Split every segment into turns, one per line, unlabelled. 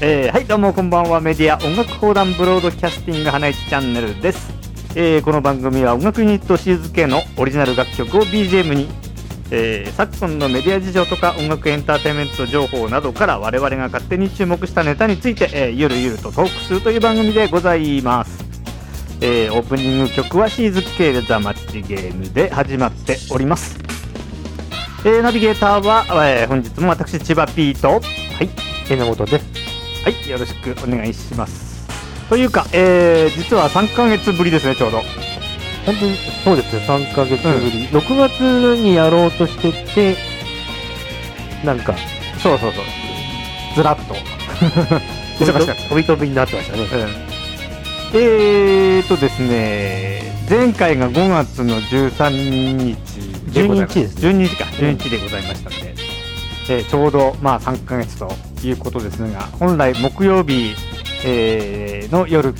えーはい、どうもこんばんは。メディア音楽放談ブロードキャスティング花市チャンネルです。えーこの番組は音楽ユニットシーズ系のオリジナル楽曲を BGM に、えー昨今のメディア事情とか音楽エンターテインメント情報などから我々が勝手に注目したネタについて、えーゆるゆるとトークするという番組でございます。えーオープニング曲はシーズ系でザ・マッチゲームで始まっております。えーナビゲーターは、えー本日も私千葉 P と、はい、
榎本です。
はい、よろしくお願いします。というか、えー、実は3ヶ月ぶりですね、ちょうど。
本当にそうですね、3ヶ月ぶり、6月にやろうとしてて、なんか、
そうそうそう。ずらっと。
飛
忙しかっ
び飛びになってましたね。
た。うん、えーとですね、前回が5月の13日でございます。
12日です
12日か、12日でございましたので、えーちょうど、まあ、3ヶ月ということですが、本来木曜日、えーの夜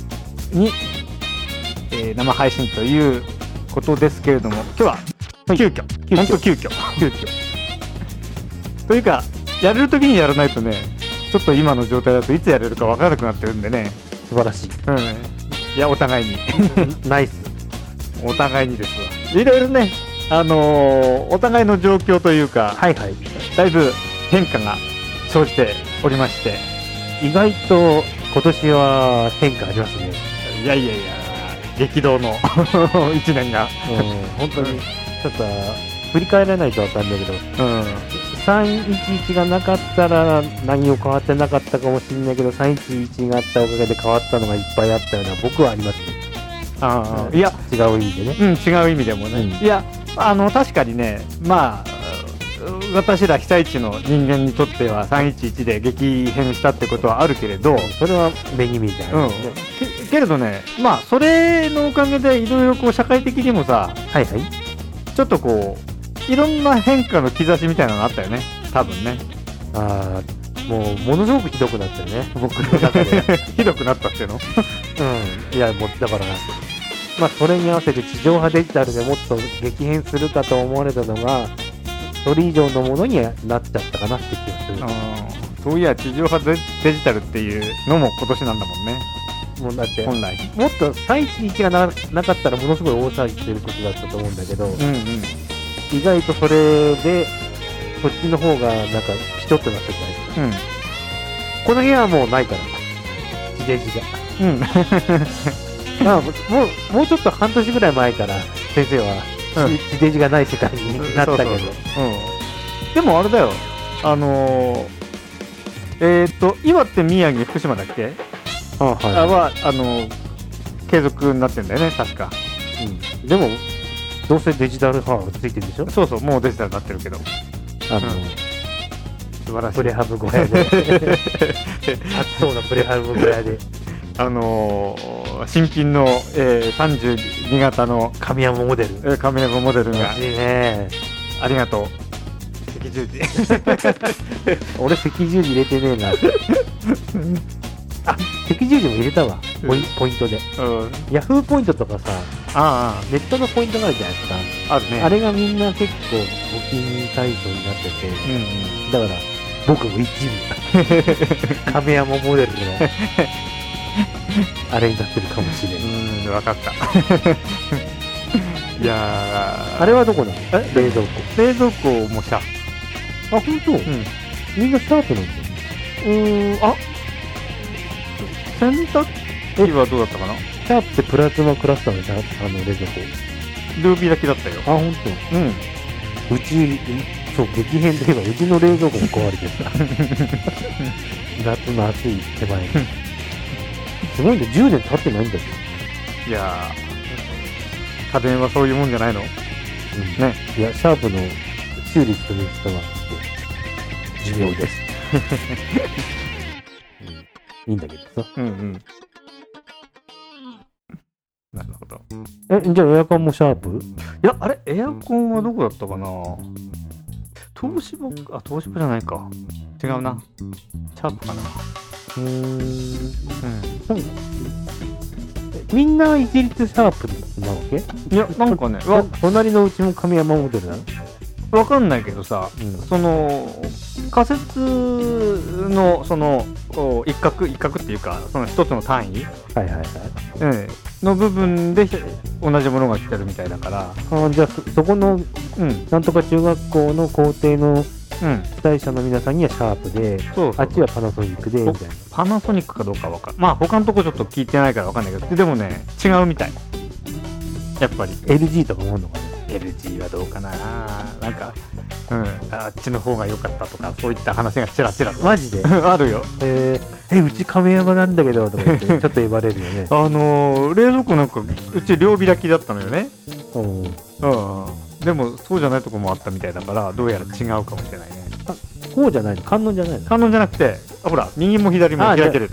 に、えー生配信ということですけれども、今日は
はい
急遽、
急遽
本当急遽、急遽。というか、やれるときにやらないとね、ちょっと今の状態だといつやれるかわからなくなってるんでね、
素晴らし
うん、いや、お互いに、
い。 ナイス。
お互いにですわ。いろいろね、あのーお互いの状況というか、
はいはい。
だいぶ変化が生じておりまして、
意外と今年は変化ありますね。
いやいやいや、激動の 一年が、
本当に、ちょっと、振り返らないとわかんないけど、
うん、
311がなかったら何も変わってなかったかもしれないけど、311があったおかげで変わったのがいっぱいあったような、僕はありますね。
あ
う
ー
ん
いや、
違う意味でね。
うん、違う意味でもね、
う
い
ん
やあの確かにねまあう私ら被災地の人間にとっては311で激変したってことはあるけれど、
それは目に見えてあ
う
る
ん
すね。
けけれどねまあそれのおかげでいろいろこう社会的にもさ
はいはい。
ちょっとこういろんな変化の兆しみたいなのがあったよね多分ね
ああ、もう、ものすごくひどくなったよね、僕の中で。
ひどくなったっていうの
うん。いや、もう、だから、まあ、それに合わせて地上波デジタルでもっと激変するかと思われたのが、それ以上のものになっちゃったかなって気がする。
うんそういや地上波デデジタルっていうのも今年なんだもんね
もうだって、
本来
もっと311がななかったらものすごい大騒ぎしてることだったと思うんだけど、
うんうん
意外とそれで、こっちの方がなんかピチョッとなってるじゃないですか。
うん
この部屋はもうないから、地デジが。
うん
まあ、もう、もうちょっと半年ぐらい前から、先生は、
うん
地自転車がない世界になったけど、
そうそうそううん、でもあれだよあのーえーっと岩手宮城福島だっけ、
あはい
あはあのー継続になってんだよね確か
うんでも、どうせデジタル派はついてるでしょ
そうそうもうデジタルになってるけど
あ
う
の、
ん素晴らし
プ
い
レハブ小 屋で、暑そうなプレハブ小屋で、
あのー新品の、えー32型の
神山モデル。
えーカメラのモデルが
楽しいね。
ありがとう赤十 字
俺、赤十字入れてねえな。あ、赤十字も入れたわ。ポインポイントで。
うん
ヤフーポイントとかさ、
あ
ネットのポイントがあるじゃないですか。
ああるね
あれがみんな結構募金対象になってて、
うんうん
だから僕も一部亀山モデルのあれになってるかもしれない
うん分かった いやー
あれはどこなの
え
冷蔵庫
冷蔵庫もシャー
あ本当、
プ、
みんなシャープなんだよ
うん、あ洗濯機はどうだったかな
シャープってプラズマクラスターのシャープあの冷蔵
ルービーだけだったよ
庫あ本
うん
当。うちそう激変といえばうちの冷蔵庫も壊れてさ 夏の暑い手前に すごいね10年経ってないんだよ、
いやー家電はそういうもんじゃないの
うん
ね
いやシャープの修理する人なんて重要 です。いいんだけどさ。
うんうん。なるほど。
え、じゃあエアコンもシャープ
いや、あれ、エアコンはどこだったかな東芝か、あ、東芝じゃないか。違うな。シャープかな。
うーん。
う
みんな一律シャープなわけ
ん。いや、なんかね、わ、
隣のうちも神山モデルなの
わかんないけどさ、その、仮説の、その、お一角、一角っていうか、その一つの単位、
はいはいはい。
うん、の部分でひ同じものが来てるみたいだから、
あーじゃあそ、そこ
う
の、
ん、うん。
なんとか中学校の校庭の被災者の皆さんにはシャープで、
そうそう
あっちはパナソニックで、みたいな。
パナソニックかどうかわかんまあ他のとこちょっと聞いてないからわかんないけどでもね違うみたいやっぱり
LG とかもあんのかね
LG はどうかななんか、うん、あっちの方が良かったとかそういった話がちらちらと
マジ で
あるよ。
えー、え、うち亀山なんだけど、とか言 って、ちょっと言われるよね
あのー冷蔵庫なんかうち両開きだったのよね
うん
うんでもそうじゃないとこもあったみたいだからどうやら違うかもしれないね
こうじゃないの観音じゃないの
観音じゃなくてあほら右も左も
あ
開ける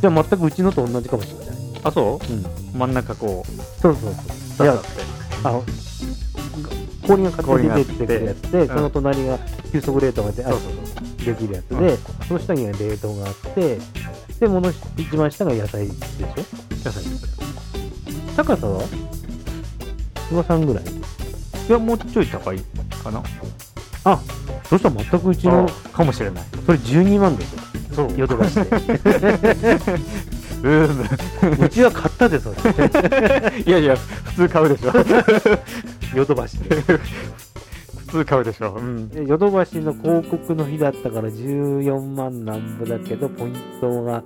じゃあ全くうちのと同じかもしれない。
あそ
うん。
う真ん中こう
そうそうそう。い
だ
や
って、
あ氷が勝手に出てくるやつで、
氷があって
その隣が急速冷凍がであ
そうそうそう
できるやつで、
う
その下には冷凍があって、で、もの一番下が野菜でしょ
野菜
高さは菅さんぐらい
いやもうちょい高いかな
あそしたら全くうちの、
かもしれない
それ12万ですよ。
そう
ヨドバシで。
うん
うちは買ったで、それ。
いやいや普通買うでしょ
ヨドバシで。
普通買うでしょうん
でヨドバシの広告の日だったから14万なんぼだけど、ポイントが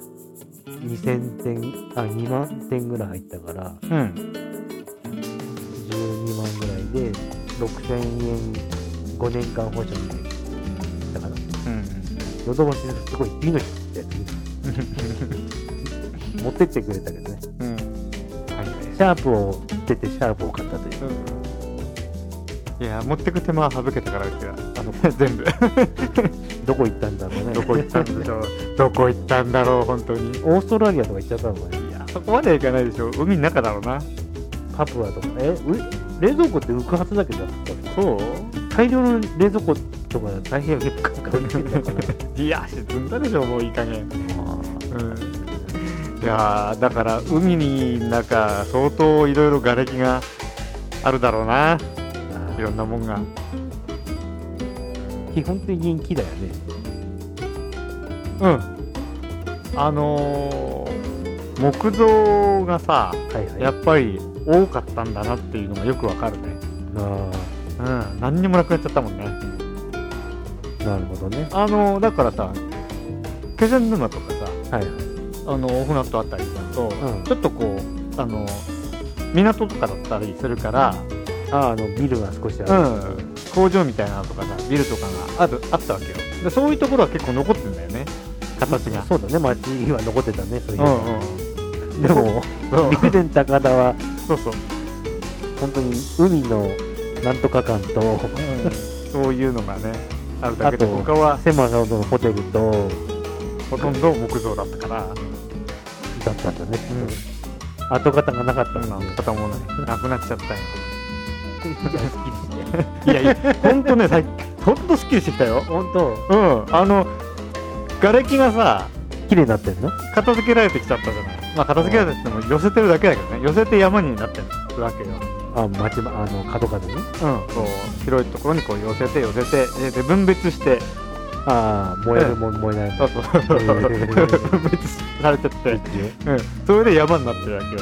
2000点、あ、2万点ぐらい入ったから、
うん
12万ぐらいで、6000円5年間保証で、だから、ヨドバシですごいい いの日ってやつ持ってってくれたけどね。
うんうんはい
シャープを出て、シャープを買ったという。
いや持ってく手間は省けたからうちは
あの、
全部
どこ行ったんだろうね。
どこ行ったんだろう どこ行ったんだろう本当に
オーストラリアとか行っちゃったのかね。
いやそこまではいかないでしょ海の中だろうな
パプアとか。え、う冷蔵庫って浮くはずだけど、
そう
大量の冷蔵庫とか太平洋にかか ってたから。
いや沈んだでしょもういい加減いやーだから海の中相当いろいろ瓦礫があるだろうないろんなもんが
基本的に木だよね。
うんあのー木造がさ
はいはい。
やっぱり多かったんだなっていうのがよくわかるね
あ
うん何にもなくなっちゃったもんね
ーなるほどね。
あのーだからさ気仙沼とかさ
はいはい。
あのー大船渡あたりだと、
うん
ちょっとこうあのー港とかだったりするから、
あーあのビルが少しある。
うん、工場みたいなのとかさビルとかがあるあったわけよでそういうところは結構残ってんだよね形が
そうだね、街は残ってたね、そう
う
いうの。
んうん
でも、
そう
陸前高田は、
そうそう、
本当に海のなんとか感と、
そういうのがねあるだけで
あと
他は
狭さほどのホテルと、
ほとんど木造だったから、
だったんだね。
うん、
跡形がなかった
そん
ん
な
だね。
方もないなくなっちゃった
好き
よいやいやほんとねさほんとすっきりしてきたよ
本当
うんあの瓦礫がさ
綺麗になってんの
片付けられてきちゃったじゃないまあ片付けられてっても寄せてるだけだけどね寄せて山になってるわけよ
あ、街ば、あの、角角ね。
うん、こう広いところにこう寄せて寄せてでで分別して
ああ、燃えるもん、燃えないも
そ
ん
う。そう 分別されちゃって、うん、それで山になってるわけよ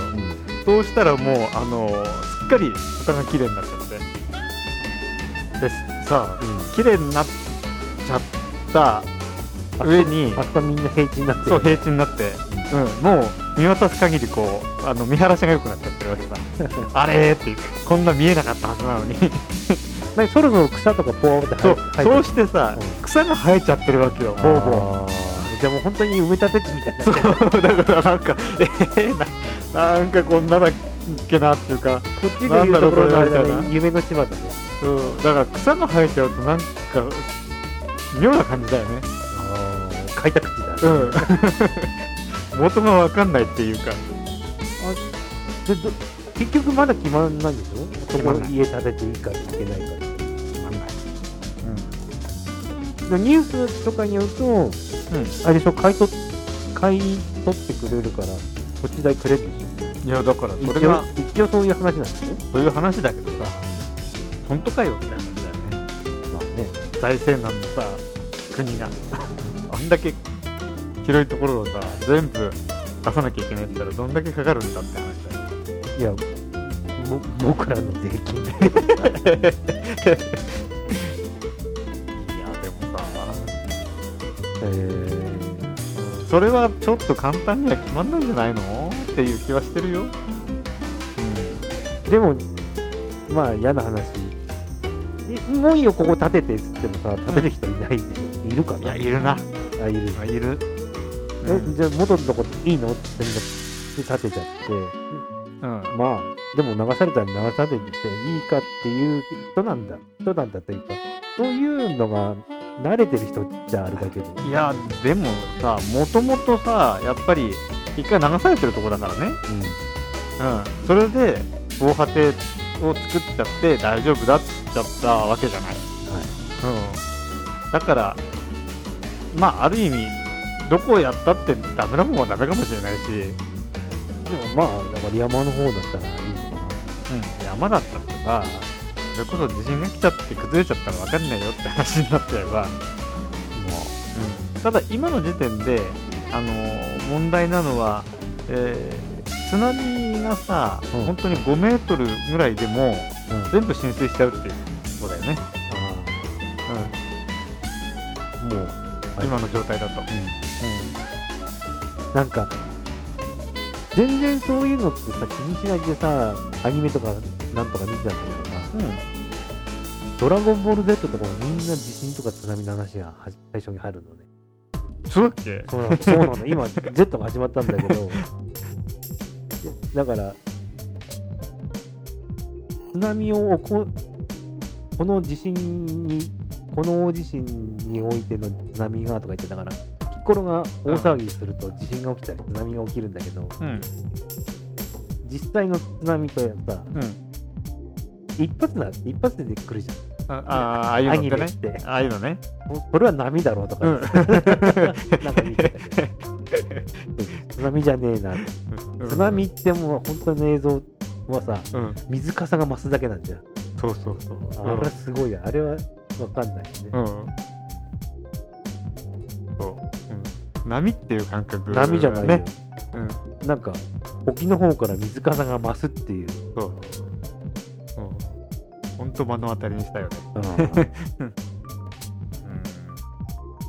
そうしたらもうあのすっかり他が綺麗になっちゃってですさ
うん
あ綺麗になっちゃった上に
あそこみんな平地になってる
そう平地になって、うん、もう見渡す限りこうあの見晴らしが良くなっちゃってるわけ さあれーっていうこんな見えなかったはずなのに
なんかそろそろ草とかポーって
そ
生え
う
生え
そう
て
してさ、
う
草が生えちゃってるわけよ、
る
ほぼ。
あーじゃあもう本当に埋め立て地みたいにな
そうだからなんか、えー、ななんかこんなだっけなっていうか、
こっちで言うところのあれだね夢の島だね
そうだから草が生えちゃうとなんか妙な感じだよね
あー開拓地だ、
うん元が分かんないっていうか
でど結局まだ決まんないんでしょそ
まら
こ
ない
家建てていいかいけないか
う
でニュースとかによるとあれでしょ買い取っ買い取ってくれるから土地代くれるでし
んいやだから
ょ
それが
一応一応そういう話なんですよ
そういう話だけどさ本当かよみたいな感じだよね
まあね
財政難のさ国があんだけ広いところをさ全部出さなきゃいけないって言ったらどんだけかかるんだって話だよね
いやぼ僕らの税金 で
いやでもさ
えー
それはちょっと簡単には決まんないんじゃないのっていう気はしてるよ
でもまあ嫌な話えもういいよここ建ててっつってもさ建てる人いないでしょいるか
い
な
やいるな
あいる
いるう
え
ん
じゃあ元のとこいいのって言って立てちゃって
うん
まあでも流されたら流されていいかっていう人なんだ人なんだというかそういうのが慣れてる人じゃあるだけで
いやでもさもともとさやっぱり一回流されてるとこだからね、うん、それで防波堤を作っちゃって大丈夫だっちゃったわけじゃない、うん、だからまあある意味どこをやったってダメなもんはダメかもしれないし、
でもまあだから山の方だったらいいのかな
山だったってさそれこそ地震が来ちゃって崩れちゃったら分かんないよって話になっちゃえばただ今の時点で、あのー問題なのは、えー津波がさ、
うん
本当に5メートルぐらいでも
うんあ
全部浸水しちゃうっていうことだよね、
あもう
うん今の状態だと、
なんか全然そういうのってさ気にしないでさアニメとかなんとか見てたんだけどさ
うん
「ドラゴンボール Z」とかもみんな地震とか津波の話がはじ最初に入るのね
そうだっけ
そうなのそうなの今 Z が始まったんだけどだから津波を起ここの地震にこの大地震においての津波がとか言ってたからピッコロが大騒ぎすると地震が起きたり津波が起きるんだけど
うん
実際の津波とやっぱ
うん
一発な一発で来るじゃ
ああーああい
ん
う
ア
の
ニ
ってね
メって
ああいうのね
それは波だろうとか、
うん
なんか見て たけど津波じゃねえなって 津波ってもう本当の映像はさ
うん
水かさが増すだけなんじゃん
そうそうそう
あれはすごいよあれはわかんないよね、
うんそう、うん、波っていう感覚
波じゃないよ、
ねうん
なんか沖の方から水かさが増すっていう、
そう。うん。本当目の当たりにしたよね。
だか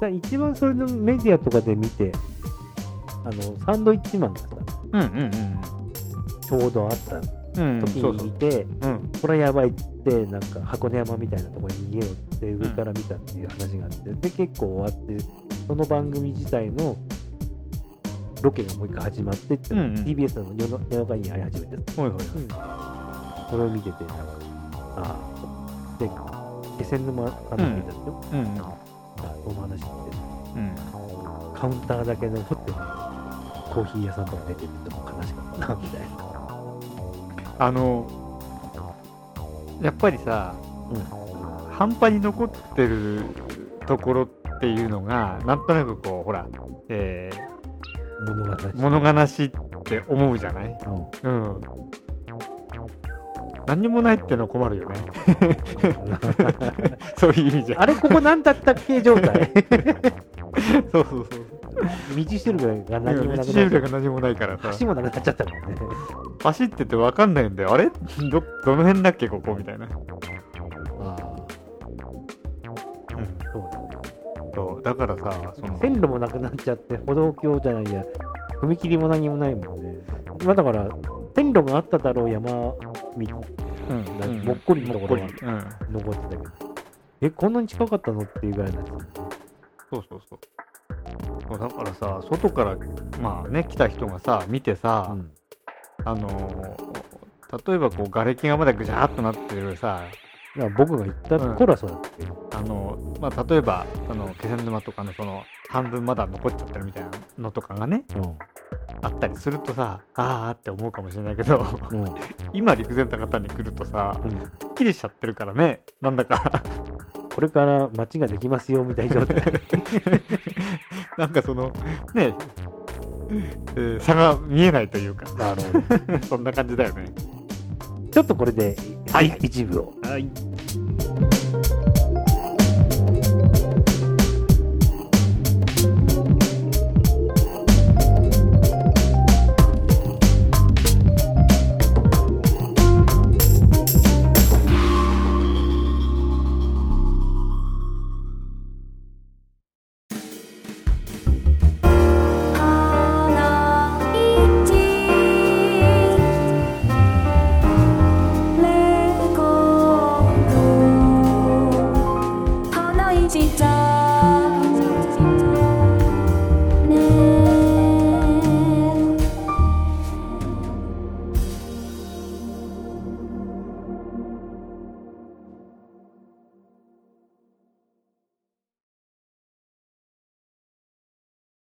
ら 一番それのメディアとかで見てあのサンドイッチマンがさ
うん。うんうん
ちょうどあった
うん。うん。
時
そうそ。
にいうて、
うん。
これはやばいってなんか箱根山みたいなところに逃げようって上から見たっていう話があって、で結構終わってその番組自体のロケがもう一回始まってって、
うんうん
TBS の夜の夜中にやり始めて、
ほいほい。
それを見ててなんかああで気仙沼さんの見たんですよ、
うん。
あお話聞いて
うん。
カウンターだけ残ってコーヒー屋さんとか出てるとも悲しかったなみたいな、
あの、やっぱりさ、半端に残ってるところっていうのが、なんとなくこう、ほら、え
物語
ー、物悲しいって思うじゃない
うん
うん。何にもないってのは困るよね。 そういう意味じゃ。
あれここ何だったっけ状態
そうそうそう。
道しるべが何もなく
道し
なっ
る
ち
べ
ゃっ
が何もないから
た
さ
橋。もなくなっちゃったもんね
走ってて分かんないんだよあれどどの辺だっけここみたいな、
ああそうだね
そうだからさその
線路もなくなっちゃって歩道橋じゃないや踏切も何もないもんねまあだから線路があっただろう山道
うん
なん
うん
もっこりのと
もっこ
ころ
り
が
うん
登ってたけどえこんなに近かったのっていうぐらいだった
そうそうそうそうだからさ外からまあね来た人がさ見てさ、
うん
あのー例えばこう瓦礫がまだぐちゃーっとなってるさ
いや僕が言った頃はそうだったけど、
あの、まあ、例えば、あの、気仙沼とかのその、半分まだ残っちゃってるみたいなのとかがね、あったりするとさ、あーって思うかもしれないけど、
うんうん
今陸前高田に来るとさ、
うん
はっきりしちゃってるからね、なんだか、
これから街ができますよみたいな状態
なんかその、ね、えー差が見えないというか、
あの
そんな感じだよね。
ちょっとこれで、
はい
一部を
はい